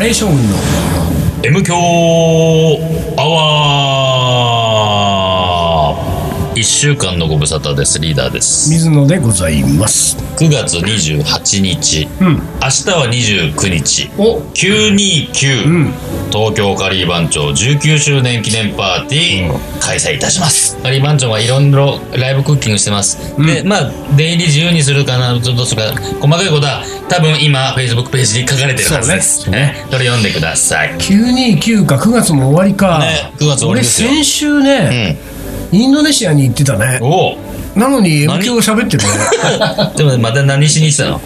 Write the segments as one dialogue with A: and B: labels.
A: ーションの
B: M 強アワー一週間のご無沙汰ですリーダーです
A: 水野でございます
B: 9月28日、
A: うん
B: 明日は29日
A: お
B: 929、
A: うん
B: 東京カリー番長19周年記念パーティー、開催いたしますカリー番長はいろいろライブクッキングしてます、
A: うん
B: でまあ出入り自由にするかなちょっとするか細かいことは多分今 Facebook ページに書かれてるはずです
A: そうね
B: ねそれ読んでください
A: 929か9月も終わりか、
B: ね9月終わりですよ
A: 俺先週
B: う
A: ね、
B: ん
A: インドネシアに行ってたね
B: おお
A: なのに M
B: 何
A: 響を喋 ってるね
B: でもまた何しに来たの、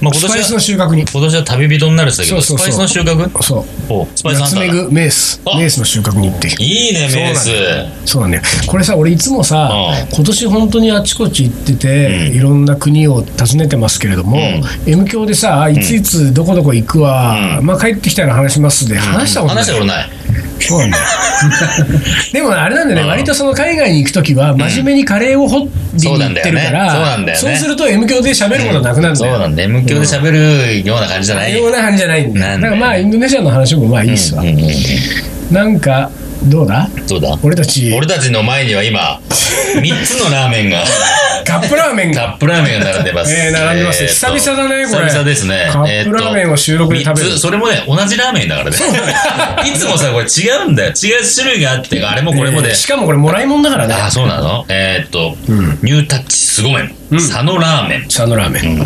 B: まあ、今
A: ス
B: 年
A: パイスの
B: は
A: 収穫に
B: 今年は旅人になるって言ってたけ
A: そう
B: ど
A: そうそう
B: スパイスの収穫
A: そう
B: おスパイスハ
A: ナ
B: ン
A: ツ
B: タ
A: メ
B: ーだ
A: グメース
B: あ
A: メースの収穫に行ってきた
B: いいねメース
A: そうそうなんだよこれさ俺いつもさ、
B: うん
A: 今年本当にあちこち行ってて、いろんな国を訪ねてますけれども、M 響でさいついつどこどこ行くわ、
B: う
A: まあ帰ってきたら話しますで話したことない、
B: 話したことない
A: そうなんだよ でもあれなんだよね、
B: うん
A: 割とその海外に行くときは、真面目にカレーを掘りに行ってるから、
B: そうなんだよねそうなんだよね
A: すると M 響で喋ることなくなるん
B: そ
A: だ
B: う
A: よ。
B: なんだ M 響で喋るような感じじゃない
A: 英語な感じじゃないんだ
B: な
A: よ。
B: んだ
A: だか
B: よね
A: らまあ、インドネシアの話もまあいいっすわ
B: うん。うんうん
A: なんか、どうだ
B: そうだ
A: 俺たち、
B: 俺たちの前には今3つのラーメン が
A: カップラーメン
B: カ
A: が。
B: ップラーメンが並んでます
A: えー並んでますね
B: えーと
A: 久々だねこれ
B: 久々ですね
A: カップラーメンを収録で食べる
B: えーと三つそれもね同じラーメンだからね いつもさこれ違うんだよ違う種類があってあれもこれもで、
A: えーしかもこれ、もらいもんだからね。
B: ああ、そうなのえーっと、ニュータッチすご麺、佐野ラーメン。
A: 佐野ラーメン。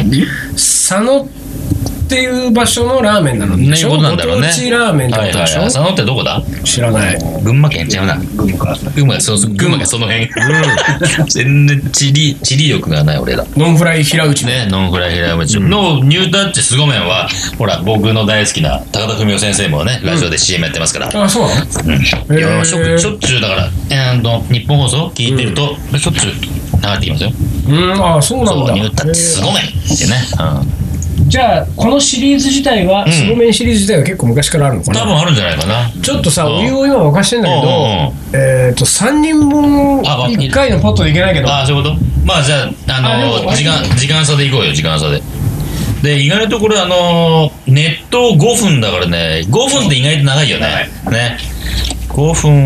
A: 佐野っていう場所のラーメンなの
B: ね
A: でしょ
B: ことなんだろうね。
A: ご当地ラーメンってことでし
B: はいはいはい佐
A: ょ
B: 野ってどこだ
A: 知らない。
B: 群馬県違うな。群馬か。そうそう群馬がその辺。全然地理、地理力がない俺ら。
A: ノンフライ平打ち
B: ね、ノンフライ平山町のニュータッチすご麺は、ほら、僕の大好きな高田文夫先生もね、ラジオで CM やってますから。
A: あ、そうなの
B: うんいや
A: へー
B: しょしょっちゅうだから、えー、と日本放送聞いてると、しょっちゅう流れてきますよ。
A: うん、あ、そうなん
B: そう、
A: だ。
B: ニュータッチすご麺ってね。うん
A: じゃあこのシリーズ自体は
B: ん
A: すごめんシリーズ自体は結構昔からあるのか
B: 多
A: な
B: 分あるんじゃないかな。
A: ちょっとさ
B: うん
A: お湯を今沸かしてんだけどえっと3人分
B: あわ
A: 1回のポットでいけないけど
B: ああ、そういうことまあじゃあ、
A: あで
B: あの
A: も
B: 時間、時間差で行こうよ、時間差で。で、意外なところ、あのー、ネット5分だからね、5分って意外と長いよね。ね。5分は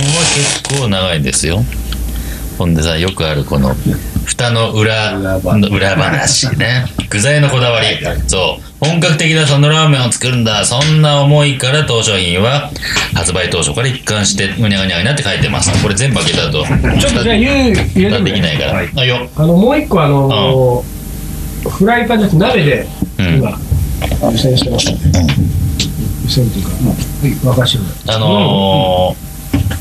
B: 結構長いんですよ。ほんでさ、よくあるこの、蓋の裏、裏話ね。具材のこだわり。そう。本格的なそのラーメンを作るんだ。そんな思いから当商品は、発売当初から一貫して、うにゃうにゃうにゃって書いてます。これ全部開けたと。
A: ちょっとじゃあ湯入れ
B: が
A: て
B: でき
A: み
B: ないから。あよ。
A: あのもう一個あのーフライパンじゃなくて鍋で
B: うん
A: 今湯煎してます湯煎っていうか沸かしてる
B: あの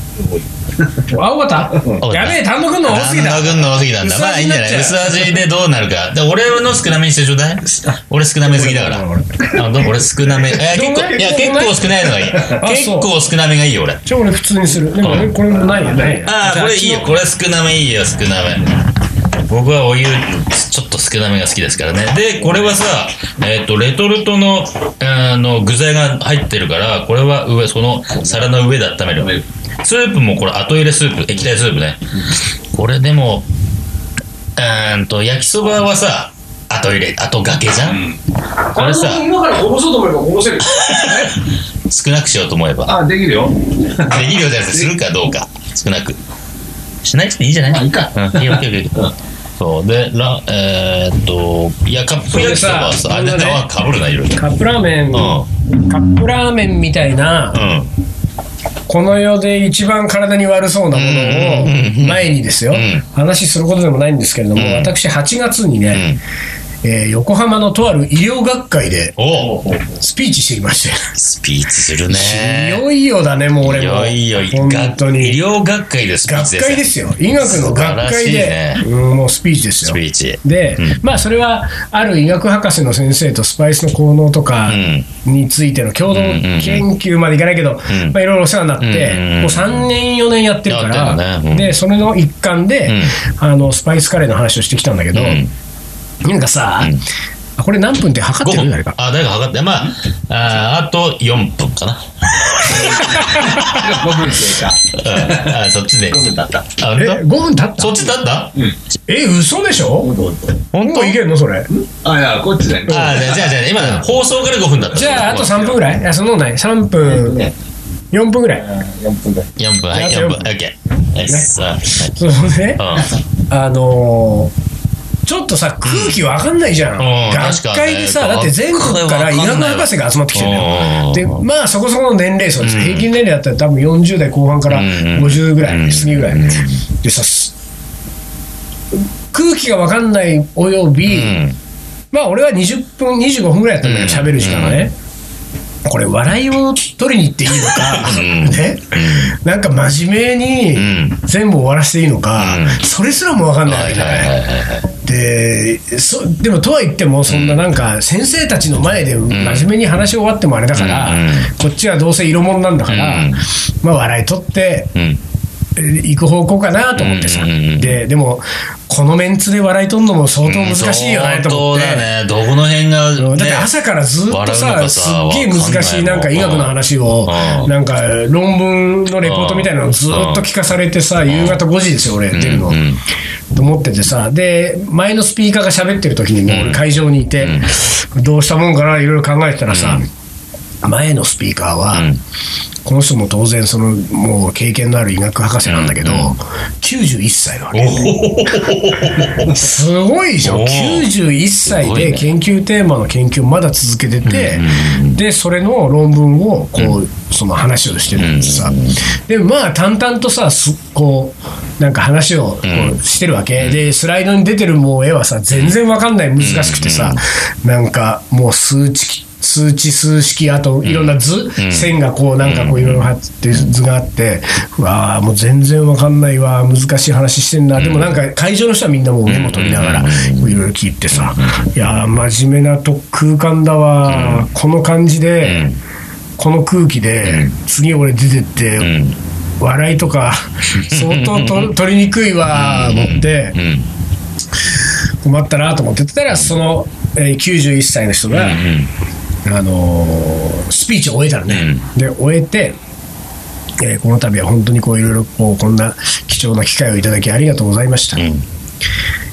A: あ、終わっ
B: 終わったた
A: やべえ単独の
B: ー、
A: 多すぎた
B: 旦那君の多すぎたんだ。
A: 薄味
B: まあいいんじゃない
A: になっち
B: 薄味でどうなるか。で俺の少なめにしてちょうだい。俺少なめ好きだから。あどう俺少なめ。えー結
A: どんぐら
B: 構、
A: い
B: いや、結構少ないのがいい。結
A: そう
B: 構少なめがいいよ、俺。
A: じゃあ俺普通にするでも
B: うん
A: これもないよね
B: ああ、これいいよ。これ少なめいいよ、少なめ。僕はお湯、ちょっと少なめが好きですからね。で、これはさ、えっ、と、レトルトの、あの、具材が入ってるから、これは上、その皿の上で温める。スープもこれ、後入れスープ、液体スープね。これでも、うーんと、焼きそばはさ、後入れ、後がけじゃん、これさ、
A: 今からこぼそうと思えばこぼ せる
B: 少なくしようと思えば。
C: あ、できるよ。
B: できるようじゃなくてするかどうか少なくしないっていいじゃないいいかうんいいよいいよいいよそうでラえーっといやカップ焼きそばは
A: そ
B: さあ
A: れ
B: れ
A: でさ
B: だわかぶるないろいろ
A: カップラーメン
B: う
A: カップラーメンみたいなん
B: うん
A: この世で一番体に悪そうなもの
B: うんうんうんうん
A: を前にですよ、
B: うん
A: 話することでもないんですけれども、
B: うん
A: 私8月にね、えー横浜のとある医療学会で
B: お
A: スピーチしてきまし
B: スピーチする
A: て、い
B: ね
A: よいよだねもう俺
B: い
A: も
B: よいよ
A: 本当
B: 医
A: に
B: 療学会でスピーチ
A: 学
B: です
A: 会
B: よ
A: ですよ医学の学会で、
B: 素晴らしい
A: うんもうスピーチです
B: ス
A: よ
B: ピーチ
A: で、
B: うん
A: まあそれはある医学博士の先生とスパイスの効能とかについての共同研究までいかないけど、
B: うん
A: まあいろいろお世話になって、
B: うんうんうん
A: もう3年4年やってるか
B: やって
A: ら、
B: るねうん
A: でそれの一環で、あのスパイスカレーの話をしてきたんだけど、
B: うん
A: なんかさ、あこれ何分って測って
B: 5
A: る
B: 分
A: 誰か。
B: あ、誰か測って。まあ、あーあと4分かな。
C: 5分経過。
B: うんあそっちで。
C: 5分経った。
B: あ、
A: え、
B: 本
A: 5分経っ
B: 当そ
A: た
B: っちだった
A: え、嘘でしょ
C: どうぞ
A: 本当いけんのそれ。
C: あ、いや、こっちだよ。
B: あー、じゃあ、じゃあじゃあ、今、放送から5分だった。
A: じゃあ、あと3分ぐらいいや、そのない。3分、
C: ね
A: 4分ぐらい。
C: 4分ぐらい。
B: 4分、は
A: あ
B: い、
A: と
B: 4分。
A: 4
B: OK
A: 分。
B: よしさ あ
A: そのね、
B: はいうん
A: あのーちょっとさ、空気わかんないじゃん。
B: うん確
A: 学
B: かに
A: 会
B: ね
A: でさ、だって全国から医学博士が集まってきてる
B: うん
A: のよ。で、まあそこそこの年齢層です。
B: うん
A: 平均年齢だったら多分40代後半から
B: うん
A: 50ぐら
B: うん
A: い、過ぎぐらい。
B: うん
A: でさ、す空気がわかんないおよび、
B: うん
A: まあ俺は20分、25分ぐらいだったんだけど、
B: うん
A: 喋る時間がね。これ、笑いを取りに行っていいのか、
B: うん
A: ね、なんか真面目
B: う
A: に
B: ん
A: 全部終わらせていいのか、
B: う
A: それすらも分かんないわ
B: は
A: け
B: い
A: じゃ
B: は
A: ないい。
B: はいはいはい。
A: でそでもとは言ってもそんななんか先生たちの前で真面目に話し終わってもあれだから、
B: うん
A: こっちはどうせ色物なんだから、
B: うん
A: まあ笑い取って
B: うん。
A: えー行く方向かなと思ってさ、
B: うんうんうん
A: ででもこのメンツで笑い取るのも相当難しいよねと思って。
B: 相当だね。どこの辺が、
A: うんだって
B: ね
A: 朝からずっと
B: 笑うの
A: さ、
B: か
A: す
B: さ
A: っげえ難しい、なんか医学の話を
B: う、ん
A: なんか論文のレポートみたいなのずっと聞かされてさ、夕方5時ですよ、俺、出るの
B: うんうん。
A: と思っててさ、で、前のスピーカーが喋ってる時にもう俺会場にいて、どうしたもんかな、いろいろ考えてたらさ、前のスピーカーは、
B: うん
A: この人も当然その、もう経験のある医学博士なんだけど、91歳なわけ。 すごいでしょ
B: おー
A: 91歳で研究テーマの研究をまだ続けてて、
B: うん
A: でそれの論文をこう、その話をしてるんですさ、でまあ淡々とさすこうなんか話をこうしてるわけ、でスライドに出てるもう絵はさ全然わかんない難しくてさ、なんかもう数値数値数式あといろんな図、線がこうなんかこういろいろ貼って図があって、うわあもう全然わかんないわ難しい話してんな、でもなんか会場の人はみんなもうメモ取りながらいろいろ聞いてさ、いやー真面目なと空間だわー、この感じで、
B: うん
A: この空気で、次俺出てって、
B: ん
A: 笑いと か相当と取りにくいわー思って
B: うん。
A: 困ったなと思ってたらその、えー91歳の人が、あのースピーチを終えたらね、で終えて、えーこの度は本当にこういろいろこうこんな貴重な機会をいただきありがとうございました、
B: ん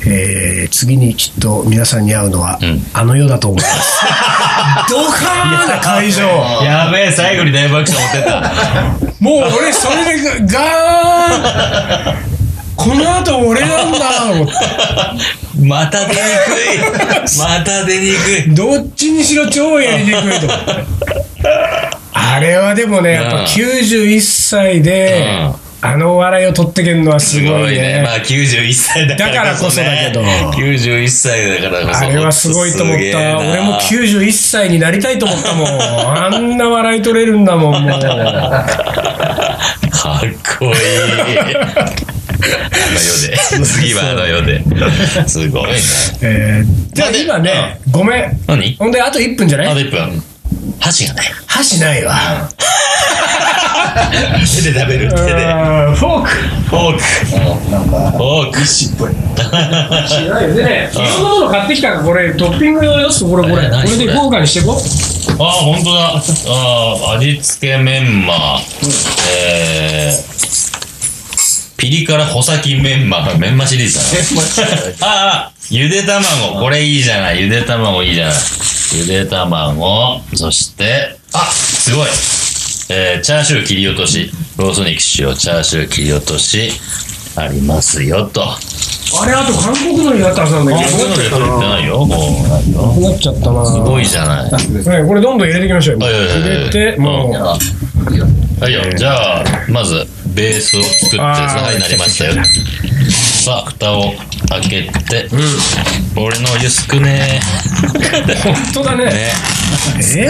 A: えー次にきっと皆さんに会うのは、
B: ん
A: あの世だと思います ドカーンな会場
B: やべえ、最後に大爆笑持っ てった。
A: もう俺それでガー ンこの後俺なんだと思って
B: また 出にくい。また出にくい。
A: どっちにしろ超やりにくいと思って。あれはでもね、やっぱ91歳で、あの笑いを取ってけんのはす
B: す
A: ご
B: ご
A: い
B: いね。まあ
A: ね。
B: 91歳だから。
A: だからこそだけど
B: 91歳だからこそ。
A: あれはすごいと思っ
B: すげえ
A: た。
B: な
A: 俺も91歳になりたいと思ったもん。あんな笑い取れるんだもん、もう。
B: かっこいい。あの世で。次はあの世で。すごいね。
A: えーじゃあ今ね、ごめん。
B: 何
A: ほんで、あと1分じゃ
B: あ
A: な
B: と
A: い
B: 1分。箸がない。
A: 箸ないわ。
B: 手で食べる。
A: う
B: 手で。
A: ーんフォーク。
B: フォーク。
C: なんか、
B: フォーク。
C: 石っぽい。
A: ね、いろんなもの買ってきたから、これ、トッピング用よ、これ、こ
B: え
A: れ。
B: ー
A: こ
B: 何
A: れで豪華にしてこう。
B: ああ、本当だ。ああ、味付けメンマ、えー、ピリ辛穂先メンマ、メンマシリーズだな。ああ、ゆで卵、これいいじゃない。ゆで卵いいじゃない。ゆで卵、そして、あ、すごい。えー、チャーシュー切り落とし、ロース肉塩、チャーシュー切り落とし、ありますよと。あ、
A: あれ、あと韓国のりだったはずなんだ
B: こ
A: け
B: う
A: ど。
B: いうのやっと言ってないよ。もう、ないよ。
A: なくなっちゃったな。
B: すごいじゃない。
A: ね、これどんどん入れていきましょうよ。
B: はいはいはいはい
A: 入れて、もう、
B: うんはいよ、じゃあ、まず、ベースを作って、さ
A: あー
B: あ、になりましたよ。さあ、蓋を開けて、俺のお湯少ね
A: 本当だね。
B: え。ね、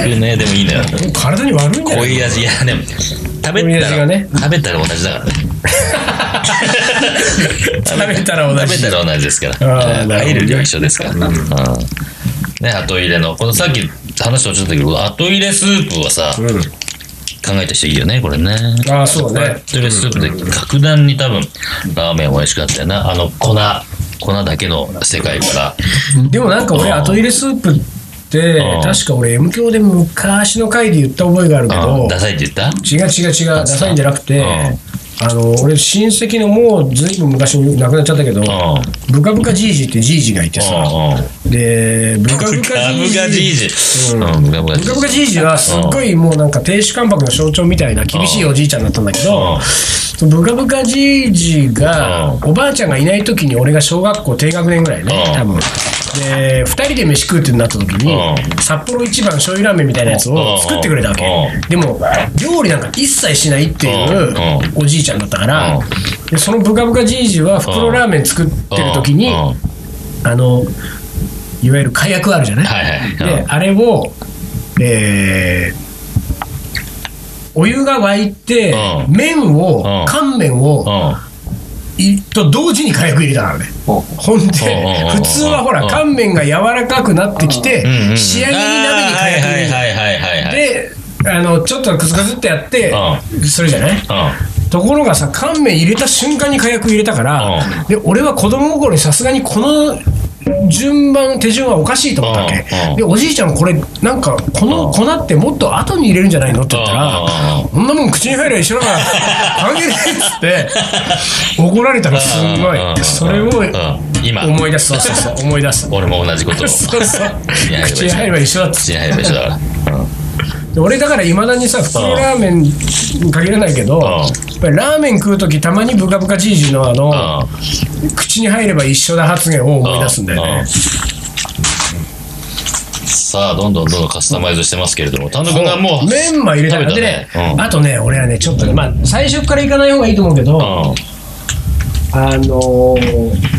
A: え
B: 少ねえでもいいんだよ。
A: 体に悪いんだよ。
B: 濃い味、いや、でも、食べ
A: 濃い
B: た
A: 味
B: ら、
A: がね
B: 食べたら同じだからね。
A: 食べたら同
B: 食
A: じ。
B: べたら同じですから
A: あ。ーなる
B: えー
A: ほどね
B: 入る量一緒ですから。うんね、後入れの、このさっき話し落ちゃったけど、後入れスープはさ、
A: うん
B: 考えた人いいよね、これね。
A: ああ、そうね。
B: トゥレスープで格段に多分ラーメン美味しかったよなあの粉粉だけの世界から。
A: でもなんか俺、
B: あー
A: 後入れスープって
B: あ、ー
A: 確か俺、M 教で昔の回で言った覚えがあるけ
B: あ
A: ど、
B: ダサいって言った
A: 違う違う違う、ダサいんじゃなくて、
B: う
A: あの俺、親戚のもうずいぶん昔に亡くなっちゃったけど、
B: うん。
A: ブカブカじいじってじいじがいてさ、
B: うんうん。
A: で、ブカブカじい
B: ガ
A: じ。
B: ジージ。
A: うん
B: うん、ブカブカ
A: ブカブカじいじはすっごいもうなんか亭主関白の象徴みたいな厳しいおじいちゃんだったんだけど
B: うん
A: そのブカブカじいじが
B: うん
A: おばあちゃんがいない時に俺が小学校低学年ぐらいね
B: うん
A: 多分で2人で飯食うってなった時
B: う
A: に札幌一番醤油ラーメンみたいなやつを作ってくれたわけ
B: う
A: でも料理なんか一切しないっていうおじいちゃんだったから
B: うん
A: でそのブカブカじいじは袋ラーメン作ってる時に
B: うんうん
A: あのいわゆる火薬あるじゃない
B: はいはい。うん
A: で、あれを、えー、お湯が沸いて、
B: うん
A: 麺
B: う
A: を
B: ん、
A: 乾麺を、
B: うん
A: いと同時に火薬入れたからね。
C: お
A: ほんで、
B: うん
A: 普通はほ
B: う
A: ら、
B: ん
A: 乾麺が柔らかくなってきて
B: うんう、ん
A: 仕上げに鍋に火薬入れ
B: あーはいはいはいはいはい。
A: る。で、あの、ちょっとクスクスってやって、するじゃないところがさ乾麺入れた瞬間に火薬入れたから、
B: う
A: で俺は子供心にさすがにこの順番手順はおかしいと思ったわけ、
B: うんうん
A: でおじいちゃんこれなんかこの粉ってもっと後に入れるんじゃないのって言ったら、
B: うんうん
A: こんなもん口に入りゃ一緒だから関係ねえっつって怒られたらすご
B: うんうんう
A: い
B: ん
A: それを
B: うん今、
A: 思い出すそうそうそう思い出す
B: 俺も同じことを。
A: そう そう
B: 口に入れ
A: 口に入れ
B: ば一緒
A: ば一緒だっつって
B: 口に入れば一緒だから。
A: で俺だからいまだにさ袋ラーメンに限らないけど
B: ん
A: やっぱりラーメン食う時たまにブカブカじいじのあの
B: うん
A: 口に入れば一緒だ発言を思い出すんだよ
B: う
A: ね
B: んさあ、どんどんどんどんカスタマイズしてますけれども、単独がもう、
A: メンマ入れたら
B: 食
A: で
B: べた
A: ね
B: ねうん
A: あとね俺はねちょっとねまあ最初からいかない方がいいと思うけ
B: う
A: ど
B: ん
A: あのー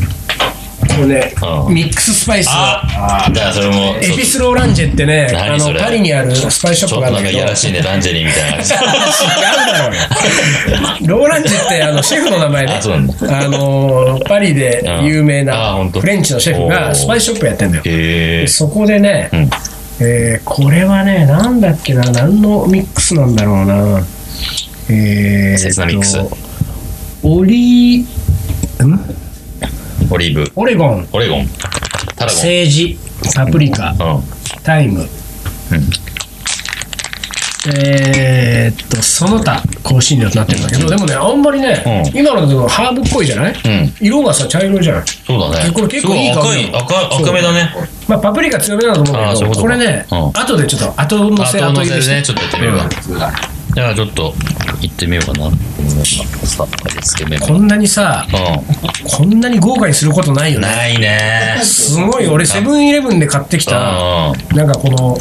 A: これね
B: うん
A: ミックススパイスの
B: あじゃあそれも、
A: エピスローランジェってねあ
B: 何
A: の
B: それ
A: パリにあるスパイスショ
B: ち
A: ッ
B: ょ
A: プ
B: っ
A: があるんだ
B: となん
A: け
B: かい
A: ど
B: やらしいね、ランジェリーみたいな感じ。
A: 違うだ ろうよローランジェってあのシェフの名前ね
B: あそうなん
A: あのーパリ で有名
B: うんあ
A: な
B: 本当
A: フレンチのシェフ
B: お
A: が
B: ー
A: スパイスショップやってんだよ
B: へえ。
A: そこでね、
B: ん
A: えーこれはねなんだっけな何のミックスなんだろうなえー、
B: セスナミックス
A: オリん
B: オリーブ、
A: オレゴン
B: オレゴン、タラ
A: セージパプリカ
B: ゴン。うん。
A: タイム、えーっとその他香辛料となってるんだけどでもねあんまりね、
B: うん
A: 今のでもハーブっぽいじゃない、
B: ん
A: 色がさ茶色いじゃない
B: そうだね。
A: これ結構いい
B: すご
A: 香
B: 赤
A: り
B: い、赤、赤目だね。
A: まあパプリカ強めだと思
B: あ
A: うけ
B: ーそう
A: ど
B: いうこと
A: こ
B: か
A: れね、
B: うん
A: 後でちょっと後
B: あ
A: のせ
B: と
A: 後
B: の
A: 入
B: せ
A: れし
B: でね、
A: て
B: ちょっとやってみようか。じゃあちょっと、行ってみようかな。さあ、つけ麺。う
A: こんなにさ
B: ん。
A: こんなに豪華にすることないよね
B: ないね。
A: すごい俺セブンイレブンで買ってきた
B: う
A: なんかこの
B: ん。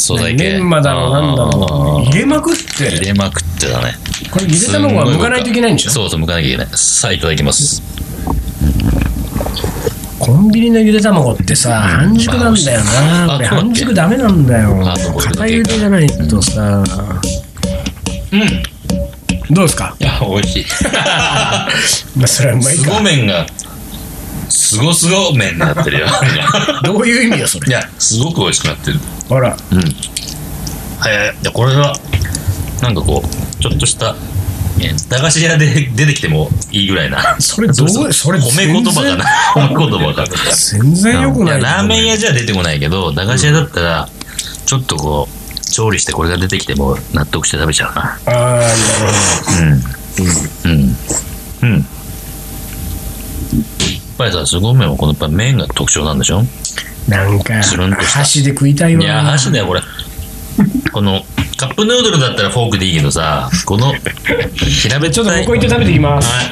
B: 素材系。
A: メンマだろうなんだろう入れまくっ
B: 入
A: て
B: れまくってだね。
A: これゆで卵は剥かないといけないんでしょ
B: そうそう、剥かなきゃいけない。さあ、いただきます。
A: コンビニのゆで卵ってさ、半熟なんだよ
B: ま
A: な。俺、
B: あそうだっけ
A: 半熟ダメなんだよ
B: あそう。か
A: 硬いゆでじゃないとさ。
B: うん。い
A: どうですか
B: や、美味しい。
A: まあ、それはうまい
B: すご
A: か。
B: 麺が、すごすご麺になって るよ。
A: どういう意味よ、そ
B: い
A: れ。
B: や、すごく美味しくなってる。
A: ほら、
B: はいはい。いや、これは、なんかこう、ちょっとした、えー駄菓子屋で出てきてもいいぐらいな。
A: それどうそれ
B: 褒め言葉だな。褒め言葉だ。
A: 全然良くない。
B: いやラーメン
A: 屋。
B: 屋じゃ出てこないけど、駄菓子屋だったら、ちょっとこう、調理してこれが出てきても納得して食べちゃうな。
A: あー、なるほ
B: うん。うん。うん。やっぱりさ、すごい麺はこのやっぱ麺が特徴なんでしょ
A: ど。なんか
B: つるんと、した
A: 箸で食いたいわ。
B: いや、箸だよ、これ。この、カップヌードルだったらフォークでいいけどさ、この、平べったい。
A: ちょっと向こう行って食べてきます。
B: は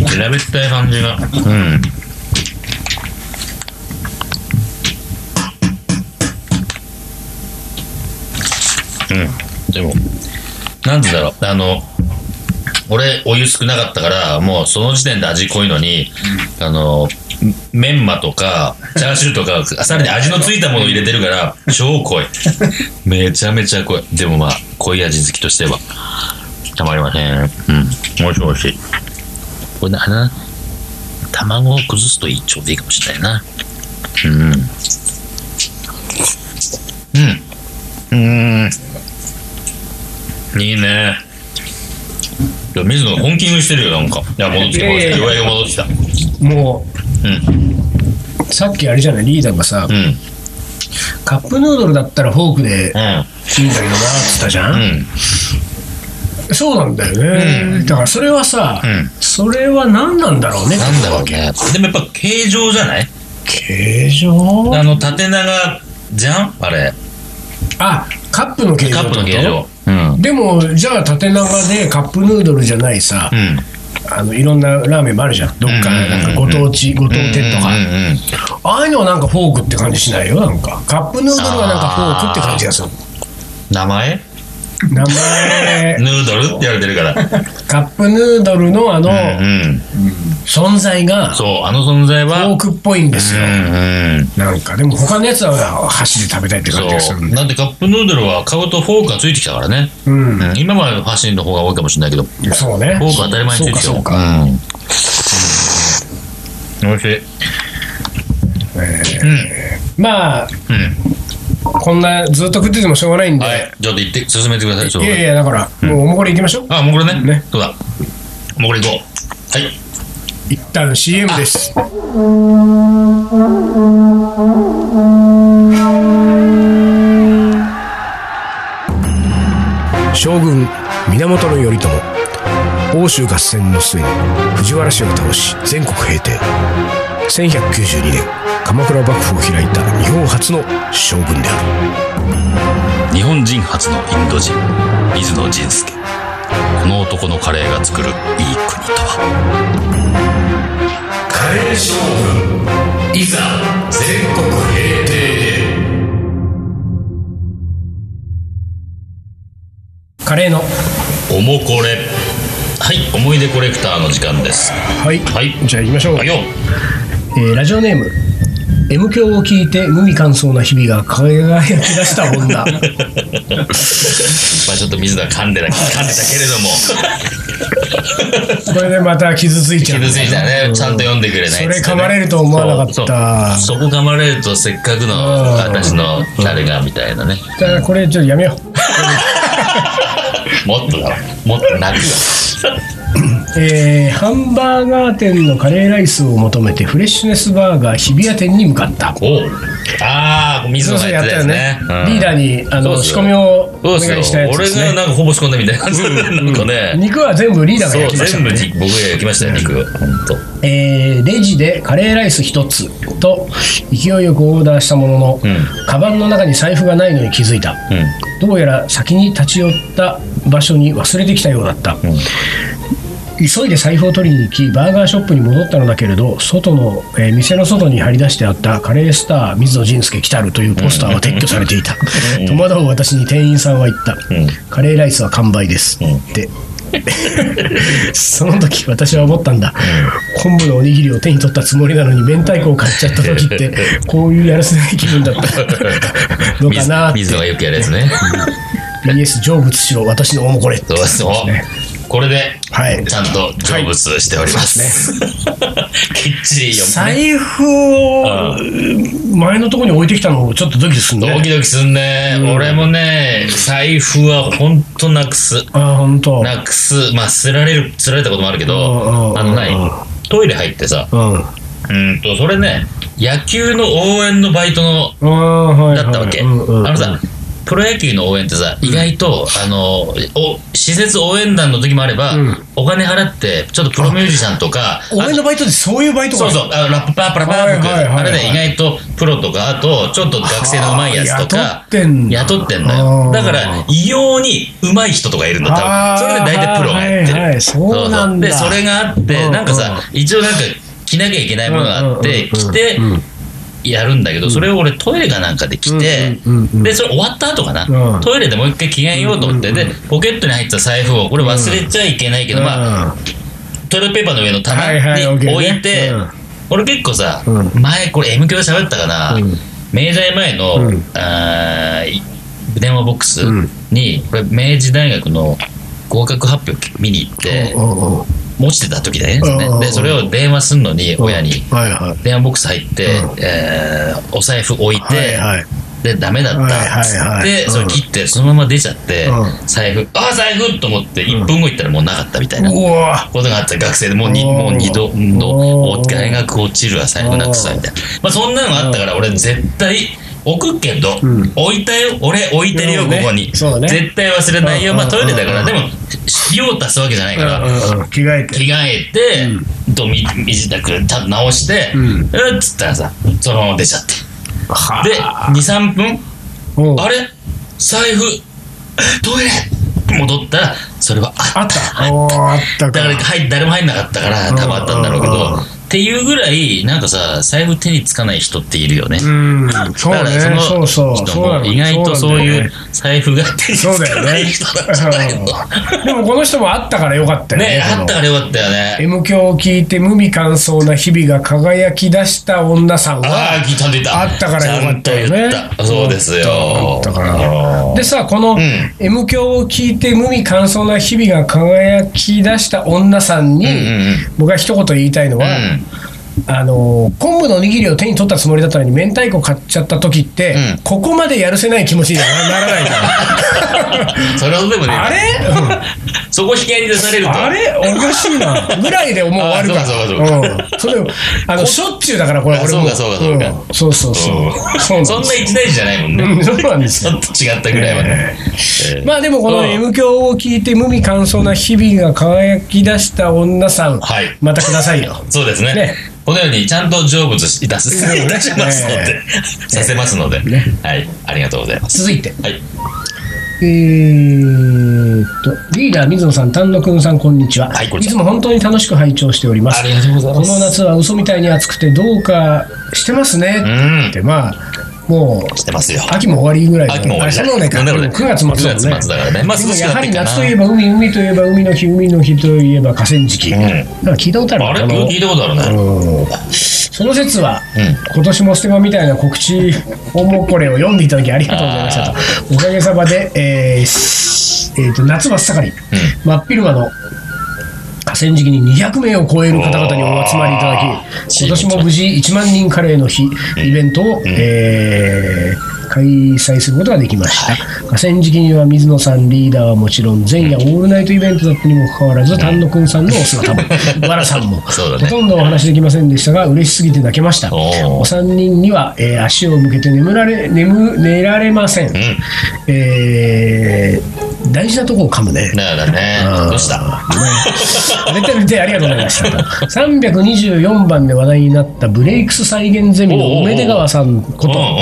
B: い。平べったい感じが。うん。うん。でも、なんつうんだろう。あの、俺、お湯少なかったから、もうその時点で味濃いのに、あの、メンマとか、チャーシューとか、さらに味のついたものを入れてるから、超濃い。めちゃめちゃ濃い。でもまあ、濃い味好きとしては、たまりません。うん。美味しい美味しい。これな、あれだな卵を崩すといい、ちょうどいいかもしれないな。うん。うん。うーん。いいね。いや、水野本気食いしてるよ、なんか。いや、戻ってきた、
A: いやいやいや
B: ようやく戻ってきた。
A: も
B: うん。
A: うさっきあれじゃないリーダーがさ、
B: うん。
A: カップヌードルだったらフォークで
B: うん。
A: いいんだけどなっつったじゃん、
B: うん。
A: そうなんだよね、だからそれはさ、
B: うん
A: それは何なんだろうね
B: なんだろうね。でもやっぱ形状じゃない
A: 形状
B: あの、縦長じゃんあれ。
A: あカップの形状
B: カ
A: って
B: ッ
A: こと
B: プの形状。うん。
A: でもじゃあ縦長でカップヌードルじゃないさ、
B: うん。
A: あのいろんなラーメンもあるじゃんどっかなんかご当地ご当店とか、
B: うんうんうん
A: ああいうのはなんかフォークって感じしないよなんかカップヌードルはなんかフォークって感じがする
B: 名前
A: 名前
B: ヌードルって言われてるから。
A: カップヌードルのあの
B: うんうん。
A: 存在がフ
B: そう、あの存在は。
A: ォークっぽいんです
B: う
A: よ、
B: んうん。
A: なんかでも他のやつは箸で食べたいって感じがす
B: そ
A: る
B: う。
A: んだ
B: なんでカップヌードルは買うとフォークがついてきたからね。
A: うん
B: うん今はファシンの方が多いかもしれないけど、フ
A: そうね
B: ォークは当たり前についてきた
A: そうか
B: からうん。美味しい。
A: そうか、えー
B: うん。
A: まあ
B: うん。
A: こんなずっと食っててもしょうがないんで、、
B: はいい。ちょっと行って、進めてください。ちょっと
A: やいやだから、もうおもこれいきましょう
B: あ、もうこれね。
A: ね
B: そうだ。もうこれ行こう。はい。
A: 一旦 CM です将軍源頼朝欧州合戦の末に藤原氏を倒し全国平定1192年鎌倉幕府を開いた日本初の将軍である
B: 日本人初のインド人水野仁介この男のカレーが作るいい国とは
A: カレー将軍いざ全国平定カレーの
B: おもこれはい思い出コレクターの時間です
A: はい、
B: はい
A: じゃあ行きましょう、
B: はいよ
A: えーラジオネーム M 響を聞いて無味乾燥な日々が輝き出した 女
B: まあちょっと水野は噛んでな噛んでたけれども
A: これでまた傷ついちゃう
B: 傷ついたねちゃんと読んでくれない
A: それ
B: っつってね
A: 噛まれると思わなかった
B: そうそうそこ噛まれるとせっかくの
A: ん
B: 私の誰がみたいなね
A: だからこれちょっとやめよう、
B: もっとだわもっと泣くわ
A: えーハンバーガー店のカレーライスを求めてフレッシュネスバーガー日比谷店に向かった
B: おうああ水野がやってたやつねうん
A: リーダーにあ
B: そう
A: の
B: です
A: 仕
B: よ
A: 込みをお
B: そ
A: 願
B: うで
A: いし
B: す
A: た
B: よ
A: や。つで
B: 俺
A: す
B: が
A: ね
B: なんかほぼ仕込んだみたいな感じだったなんかね。
A: 肉は全部リーダーが
B: そう、
A: 焼きました
B: 全
A: ね
B: 部じ僕が焼きましたよ、肉。ほんと。
A: えーレジでカレーライス1つと勢いよくオーダーしたものの、
B: ん
A: カバンの中に財布がないのに気づいた、どうやら先に立ち寄った場所に忘れてきたようだった、急いで財布を取りに行きバーガーショップに戻ったのだけれど外の、えー店の外に張り出してあった「カレースター水野仁介来たる」というポスターは撤去されていた、戸惑う私に店員さんは言った「カレーライスは完売です」ってその時私は思ったんだ、昆布のおにぎりを手に取ったつもりなのに明太子を買っちゃった時ってこういうやらせない気分だ ったのか
B: 水
A: なって
B: 水野がよくやるや つね。
A: BS 成仏しろ私のおもこれ
B: そうそう。これで、
A: はい
B: ちゃんと成仏しております。 きっちり読むね。
A: 財布を前のところに置いてきたのをちょっとドキドキする
B: ドキ
A: ね
B: ドキすんね。俺もね、財布はほんとなくす。
A: ああ本当
B: なくす。まあ、すられる、すられたこともあるけ
A: うんうん
B: ど、あの、な
A: うん
B: いトイレ入ってさ、
A: うん
B: うんと、それね、野球の応援のバイトの
A: ああはいはい
B: だったわけ。あ
A: うんうん
B: のさ、プロ野球の応援ってさ、意外と、あの、お、施設応援団の時もあれば、
A: うん
B: お金払って、ちょっとプロミュージシャンとか、
A: 俺
B: あ
A: のバイトってそういうバイト
B: そうそう、あのラッパーパラパー僕、
A: はいはいはいはい
B: あれね、意外とプロとか、あと、ちょっと学生のうまいやつと
A: はあ
B: か、
A: 雇ってんだ
B: 雇ってん
A: あ
B: よ。
A: ー
B: だから、異様にうまい人とかいるんだ、
A: あー
B: 多分。それで大体プロがやってる。
A: はいはいそうなんだ
B: そうそうで、それがあっ
A: うんう
B: て、
A: ん
B: なんかさ、一応なんか、着なきゃいけないものがあって、着て、やるんだけど、それを俺トイレかなんかで着て
A: うんうんうんうん、
B: で、それ終わった後か
A: うん
B: な、トイレでもう一回着替えようと思って、で、ポケットに入ってた財布を、これ忘れちゃいけないけど、まあ、
A: あ
B: トイレットペーパーの上の棚
A: はいはい
B: に
A: 置けるね
B: 置いて
A: うん、
B: 俺結構さ
A: う、
B: 前これ M 響で喋ったかな
A: うん、
B: 明大前
A: う
B: の
A: ん、
B: あーい電話ボックス
A: うん
B: に、これ明治大学の合格発表見に行って、落ちてた時だね
A: うん。
B: で、それを電話すんのに、親に。
A: はいはい
B: 電話ボックス入って、
A: うん
B: えーお財布置いて、
A: はいはい
B: でダメだっ
A: はい
B: たっつ
A: はい
B: っ
A: はい
B: て
A: うん
B: それ切ってそのまま出ちゃって
A: う
B: 財布ああ財布と思って1分後行ったらもうなかったみたいな
A: うわ
B: ことがあって学生でもうに
A: おー
B: もう二度
A: おー
B: の大学落ちるわ財布なくさみたいなまあそんなのがあったから俺絶対置くけど、
A: うん
B: 置いたよ俺置いてるよ
A: そう
B: こ
A: ね
B: こに、
A: そうね
B: 絶対忘れないよ
A: うん
B: まあトイレだか
A: う
B: ら
A: ん
B: でも用を足すわけじゃないから、
A: うんうん着替えて
B: 着替えて、とみ身支度ちゃんと直して、
A: う
B: うんっつったらさそのまま出ちゃって
A: は
B: で23分
A: うん
B: あれ財布トイレって戻ったらそれはあ
A: あったおーあった
B: だ
A: か
B: から入っ誰も入んなかったから多分あったんだろうけ
A: うんうんう
B: ど
A: ん
B: っていうぐらいなんかさ財布手につかない人っているよね、
A: うんそう
B: だからそ
A: ね
B: の
A: そうそう
B: 人
A: そうな
B: も
A: の
B: 意外とそう
A: なんだよ
B: い
A: ね
B: う財布が手につ
A: そうだ
B: か
A: よ
B: ない
A: ね
B: 人なんじゃないの
A: でもこの人もあったからよかったよね
B: ねあ
A: こ
B: ったから
A: の
B: よかったよね
A: M 響を聞いて無味乾燥な日々が輝き出した女さん
B: ああ
A: は
B: 聞いた出た
A: あったからよかったよね
B: ちゃんと言ったそうですよ
A: あったから
B: うん
A: でさこの
B: ん
A: M 響を聞いて無味乾燥な日々が輝き出した女さんに
B: うんうんうん
A: 僕が一言言いたいのは
B: う
A: あの昆布のおにぎりを手に取ったつもりだったのに明太子買っちゃった時って
B: うん
A: ここまでやるせない気持ちにはならない から。
B: んそれほどでもねえな
A: あれ
B: そこ引き合いに出される と
A: あれおかしいなぐらいでもう終わるから
B: あそうかそう
A: うん それをあのしょっちゅうだからこれ
B: あ
A: 俺も
B: そうかそうかそうか
A: んそうそうそう
B: そん
A: う
B: な一大事じゃないもん
A: う
B: ね
A: んそうなんです
B: ちょ
A: よ
B: っと違ったぐらいはねえー
A: まあでもこ
B: う
A: の
B: ん
A: M 響を聞いて無味乾燥な日々が輝き出した女さん
B: はい
A: またくださいよ
B: そうです
A: ね
B: ねこのようにちゃんと成仏いたす
A: ね
B: いたしますの
A: ね
B: でさせますので
A: ね
B: はいありがとうございます
A: 続いて
B: はい
A: えーっとリーダー水野さん丹野くんさんこんにちは、
B: はいこんに
A: い
B: ち
A: つ
B: は
A: も本当に楽しく拝聴しております
B: ありがとうござい
A: こ
B: ま
A: の
B: す
A: 夏は嘘みたいに暑くてどうかしてますね
B: う
A: っ
B: ん
A: てまあもう
B: してますよ
A: 秋も終わりぐらい
B: 秋も終わり
A: あれそうねか
B: なんだろうね
A: 9月末だもんね
B: 9月末だからねまあ
A: でも
B: 涼しく
A: や
B: な
A: は
B: って
A: り
B: きたな
A: 夏といえば海海といえば海の日海の日といえば河川敷、
B: うん
A: なんか聞いたことある
B: あれ
A: の
B: 聞いたことあるね
A: うんその説は、
B: う
A: 今年もステマみたいな告知をもこれを読んでいただきありがとうございましたとおかげさまで、えーしえーと夏真っ盛り、真っ昼間の河川敷に200名を超える方々にお集まりいただき今年も無事1万人カレーの日イベントを、えー開催することができました、河川敷には水野さんリーダーはもちろん前夜オールナイトイベントだったにもかかわらず丹野くんさんのお 姿もわらさんも
B: そうだ
A: ほ
B: ね
A: とんどお話できませんでしたが嬉しすぎて泣けました
B: おー
A: お三人には、えー足を向けて眠られ眠寝られません、
B: うん
A: えー大事なとこを噛む ね
B: だからねどうした
A: レタルでありがとうございました。324番で話題になったブレイクス再現ゼミの梅出川さんこ
B: うんうん
A: と。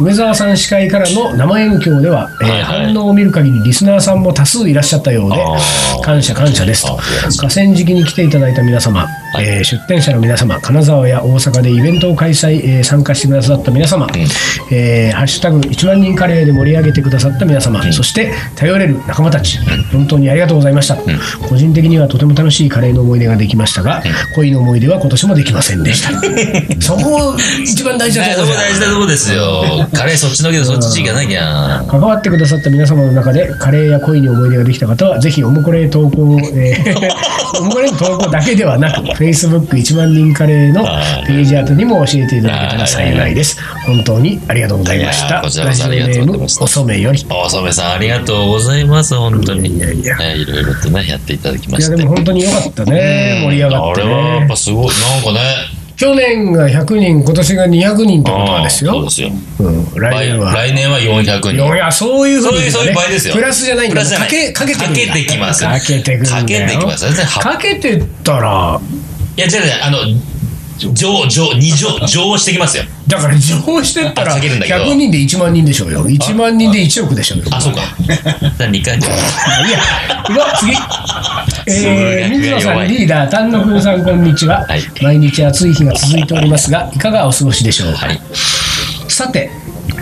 A: 梅沢さん司会からの生演響では、えー
B: はいはい
A: 反応を見る限りリスナーさんも多数いらっしゃったようで
B: あー
A: 感謝感謝ですと
B: あーいや
A: 河川敷に来ていただいた皆様、
B: い
A: えー出店者の皆様金沢や大阪でイベントを開催、えー参加してくださった皆様、えーハッシュタグ1万人カレー」で盛り上げてくださった皆様、そして頼れる仲間たち、本当にありがとうございました、個人的にはとても楽しいカレーの思い出ができましたが、恋の思い出は今年もできませんで したそこ一番大事な
B: ね
A: と
B: そ
A: こ
B: こ
A: ろ
B: 大事なとこですよカレーそっちのけどそっち行かなきゃ
A: 関わってくださった皆様の中でカレーや恋に思い出ができた方はぜひおもこれ投稿、え ー、おもこれの投稿だけではなく Facebook1 万人カレーのページ宛てにも教えていただけたら幸いです本当にありがとうございまし
B: いや
A: た
B: ーこちらこそありがとうございまし
A: ラジオネー
B: た
A: ムお染よりい
B: おそめさんありがとうございます本当に
A: いやいや
B: ねいろいろとねやっていただきまし
A: や
B: て
A: でも本当に良かったね
B: うん
A: 盛り上がって
B: あれはやっ
A: ね
B: ぱすごいなんかね
A: 去年が100人今年が200人ってことはです
B: あーそう
A: よ
B: ですよ
A: うん来
B: 来
A: 年
B: 年
A: は
B: は来年は400
A: い
B: 人
A: やそういうふう
B: そう
A: に
B: いう、そういう場合ですよ。
A: プラスじゃないん
B: プ
A: だ
B: ラスじゃな
A: かけ
B: い
A: かけてく
B: か
A: んだ
B: けてきます。
A: かけてくるんだよ
B: かけてきます。全然は
A: かけてったら
B: いや、違う違う、あの、上、上、二乗、上してきますよ。
A: だから情報してったら
B: あ避けるんだけど
A: 100人で1万人でしょうよ1万人で1億でしょうよ
B: あ、 そうか。だ二回じゃ
A: いやうわ次えー、
B: すごいね
A: 水野さ
B: 弱
A: ん
B: い
A: リーダー丹野くんさんこんにちは、
B: はい
A: 毎日暑い日が続いておりますがいかがお過ごしでしょうか、
B: はい
A: さて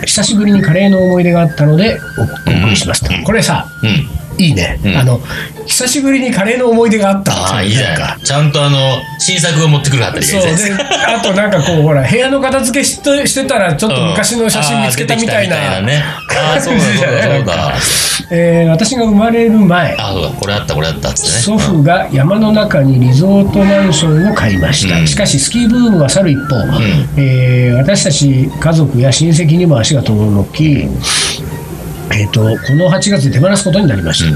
A: 久しぶりにカレーの思い出があったのでおお送りしますと、これさ
B: うん。
A: いいね、
B: うん
A: あの久しぶりにカレーの思い出があった
B: ああ、いいじゃ
A: な
B: なんい。ちゃんとあの、新作を持ってくるあたりがい
A: そ
B: いうじゃない
A: で
B: ですか。
A: あとなんかこうほら部屋の片付けしてしてたらちょっと昔の写真見つけたみたいな,、
B: うんあー出てきたみたいなね。あ あ、そうだ、そうだ、そうだ。
A: えー私が生まれる前
B: ああ、そうだ、これあった、これあったっつってね。
A: 祖父が山の中にリゾートマンションを買いました、
B: うん
A: しかしスキーブームは去る一方、えー私たち家族や親戚にも足が遠のき、えー、とこの8月で手放すことになりました、えー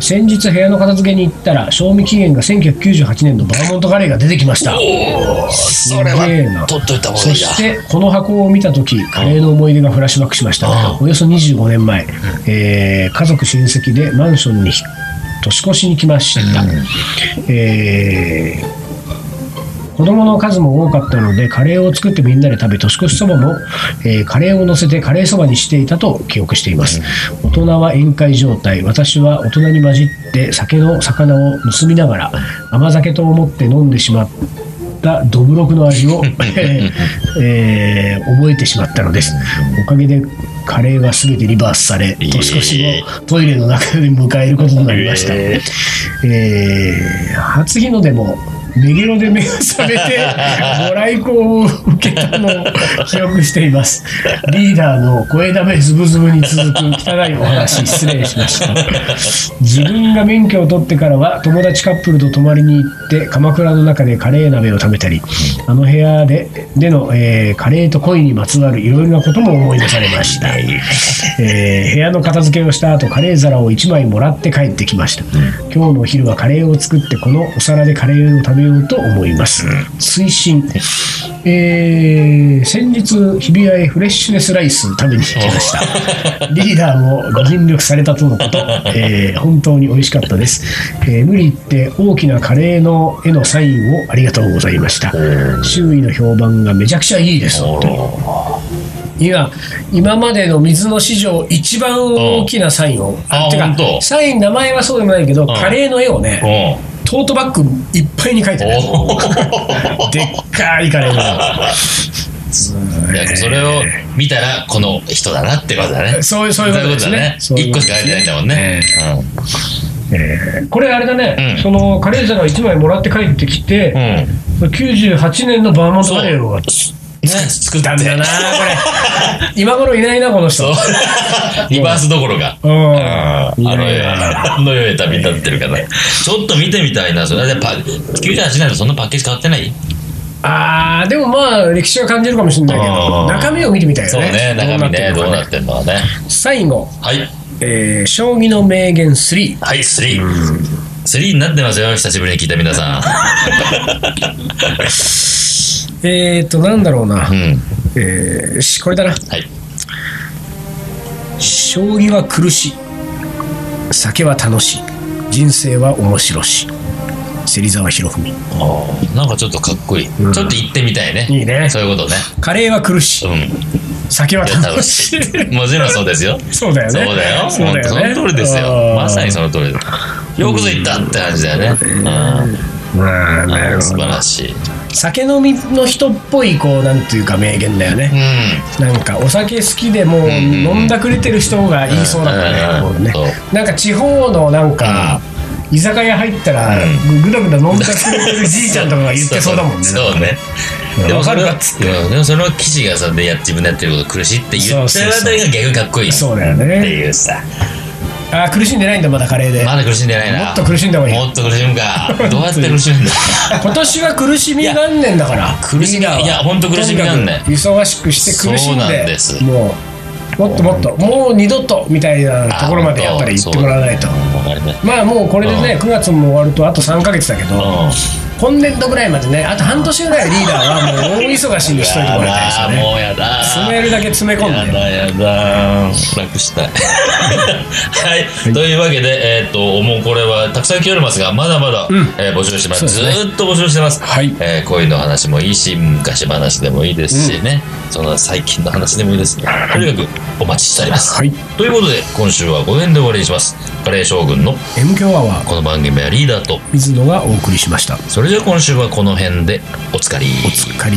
A: 先日部屋の片付けに行ったら賞味期限が1998年のバーモントカレーが出てきました
B: おお、それ
A: すげえな
B: は取っといた方がい
A: そ
B: いや。
A: してこの箱を見た時カレーの思い出がフラッシュバックしました、
B: ああ
A: およそ25年前、えー家族親戚でマンションに引っ年越しに来ました、えー子供の数も多かったのでカレーを作ってみんなで食べ年越しそばも、えーカレーを乗せてカレーそばにしていたと記憶しています、大人は宴会状態私は大人に混じって酒の魚を盗みながら甘酒と思って飲んでしまったどぶろくの味を、えーえー覚えてしまったのですおかげでカレーが全てリバースされ年越しをトイレの中で迎えることになりました、
B: え
A: えー初日の出もメゲロで目が覚めてご来光を受けたのを記憶していますリーダーの声だめズブズブに続く汚いお話失礼しました自分が免許を取ってからは友達カップルと泊まりに行って鎌倉の中でカレー鍋を食べたりあの部屋ででの、えーカレーと恋にまつわるいろいろなことも思い出されましたえー部屋の片付けをした後カレー皿を1枚もらって帰ってきました、今日のお昼はカレーを作ってこのお皿でカレーを食べようと思います、推進、えー先日日比谷へフレッシュネスライス食べに行きま したリーダーもご尽力されたとのこと、えー本当に美味しかったです、えー無理言って大きなカレーの絵のサインをありがとうございました周囲の評判がめちゃくちゃいいです本当に今今までの水の史上一番大きなサインを、
B: あ
A: てか
B: 本当
A: サイン名前はそうでもないけど、カレーの絵をね、
B: お
A: トートバッグいっぱいに描いてる、
B: お
A: でっかいカレーの絵
B: いやそれを見たらこの人だなってことだね。
A: そういうそういうことですね
B: そういうことだね。一個しか入ってないんだもんね。
A: これあれだね、
B: うん
A: そのカレー皿を1枚もらって帰ってき
B: うん。
A: て、
B: うん。
A: 98年のバーモントカレーを
B: ね、作ったん
A: だよなこれ今頃いないなこの人
B: リバースどころか。
A: うん
B: あの世へ、あの世へ旅立ってるから。ちょっと見てみたいな。それでパ、98年とそんなパッケージ変わってない
A: あーでもまあ歴史は感じるかもしれないけど
B: うん
A: 中身を見てみたい
B: そ
A: よ
B: う
A: ね
B: ね、中身ね、どうなってんのかね。
A: 最後
B: はい。
A: えー将棋の名言3
B: はい、3。3になってますよ、久しぶりに聞いた皆さ
A: えー、っとなんだろう な、
B: ん。うん。
A: えーしこれだな
B: はい。
A: 将棋は苦し酒は楽しい人生は面白し芹沢博文
B: なんかちょっとかっこいい。
A: ん
B: ちょっと行ってみたいね。
A: いいね
B: そういうことね。
A: カレーは苦し
B: うん。
A: 酒はい
B: や
A: 楽
B: 楽
A: し い
B: しい。もちろんそうですよ。
A: そうだよね
B: そうだよ。
A: そうだよね
B: 本当その通りです
A: う
B: よ。
A: ん
B: まさにその通りだ。よくぞ言ったって感じだよね。
A: まあな
B: う
A: る
B: ん。
A: ほ
B: 素
A: ど
B: 晴らしい。うん。
A: 酒飲みの人っぽいこうなんていうか名言だよね、なんかお酒好きでもう飲んだくれてる人が言いそうだからね,
B: うん
A: こうね、
B: そう
A: なんか地方のなんか、居酒屋入ったらぐだぐだ飲んだくれてるじいちゃんとかが言ってそうだもんね
B: そうそうね。
A: うん
B: でもそれ
A: わ
B: は、
A: かるかっつっ
B: うんでもその記事がさ、でや自分でやってること苦しいって言ってるあたりが逆にかっこいい。
A: そうだよ
B: っ
A: ね
B: ていうさ。
A: あー苦しんでないんだまだカレーで、
B: まだ苦しんでないな。
A: もっと苦しんだ方がいい
B: もっと苦しむか。どうやって苦しむんだ
A: 今年は苦しみ元年だから
B: 苦し
A: リ
B: み
A: ーダーはい
B: や本当苦しみ元年
A: とにかく忙しくして苦しんで
B: そうなんです
A: もうもっともっともう二度とみたいなところまでやっぱり行ってもらわないと
B: わかりまし
A: まあもうこれでね
B: う
A: 9月も終わるとあと3か月だけど
B: た。うん。
A: 今年度ぐらいまでねあと半年ぐらいリーダーはもう大忙しにしといてもらいたいですよね
B: もうやだ
A: 詰めるだけ詰め込ん
B: や
A: で
B: だやだ楽した いはい、というわけでえーっ、ともうこれはたくさん来ておりますがまだまだ、えー募集してます
A: そうですね
B: ずーっと募集してます、
A: はい
B: えー恋の話もいいし昔話でもいいですしね、その最近の話でもいいですとにかくお待ちしております、
A: はい
B: ということで今週はこの辺で終わりにしますカレー将軍の
A: M 強アワー
B: この番組はリーダーと
A: 水野がお送りしました
B: それじゃあ今週はこの辺でおつかり
A: おつかり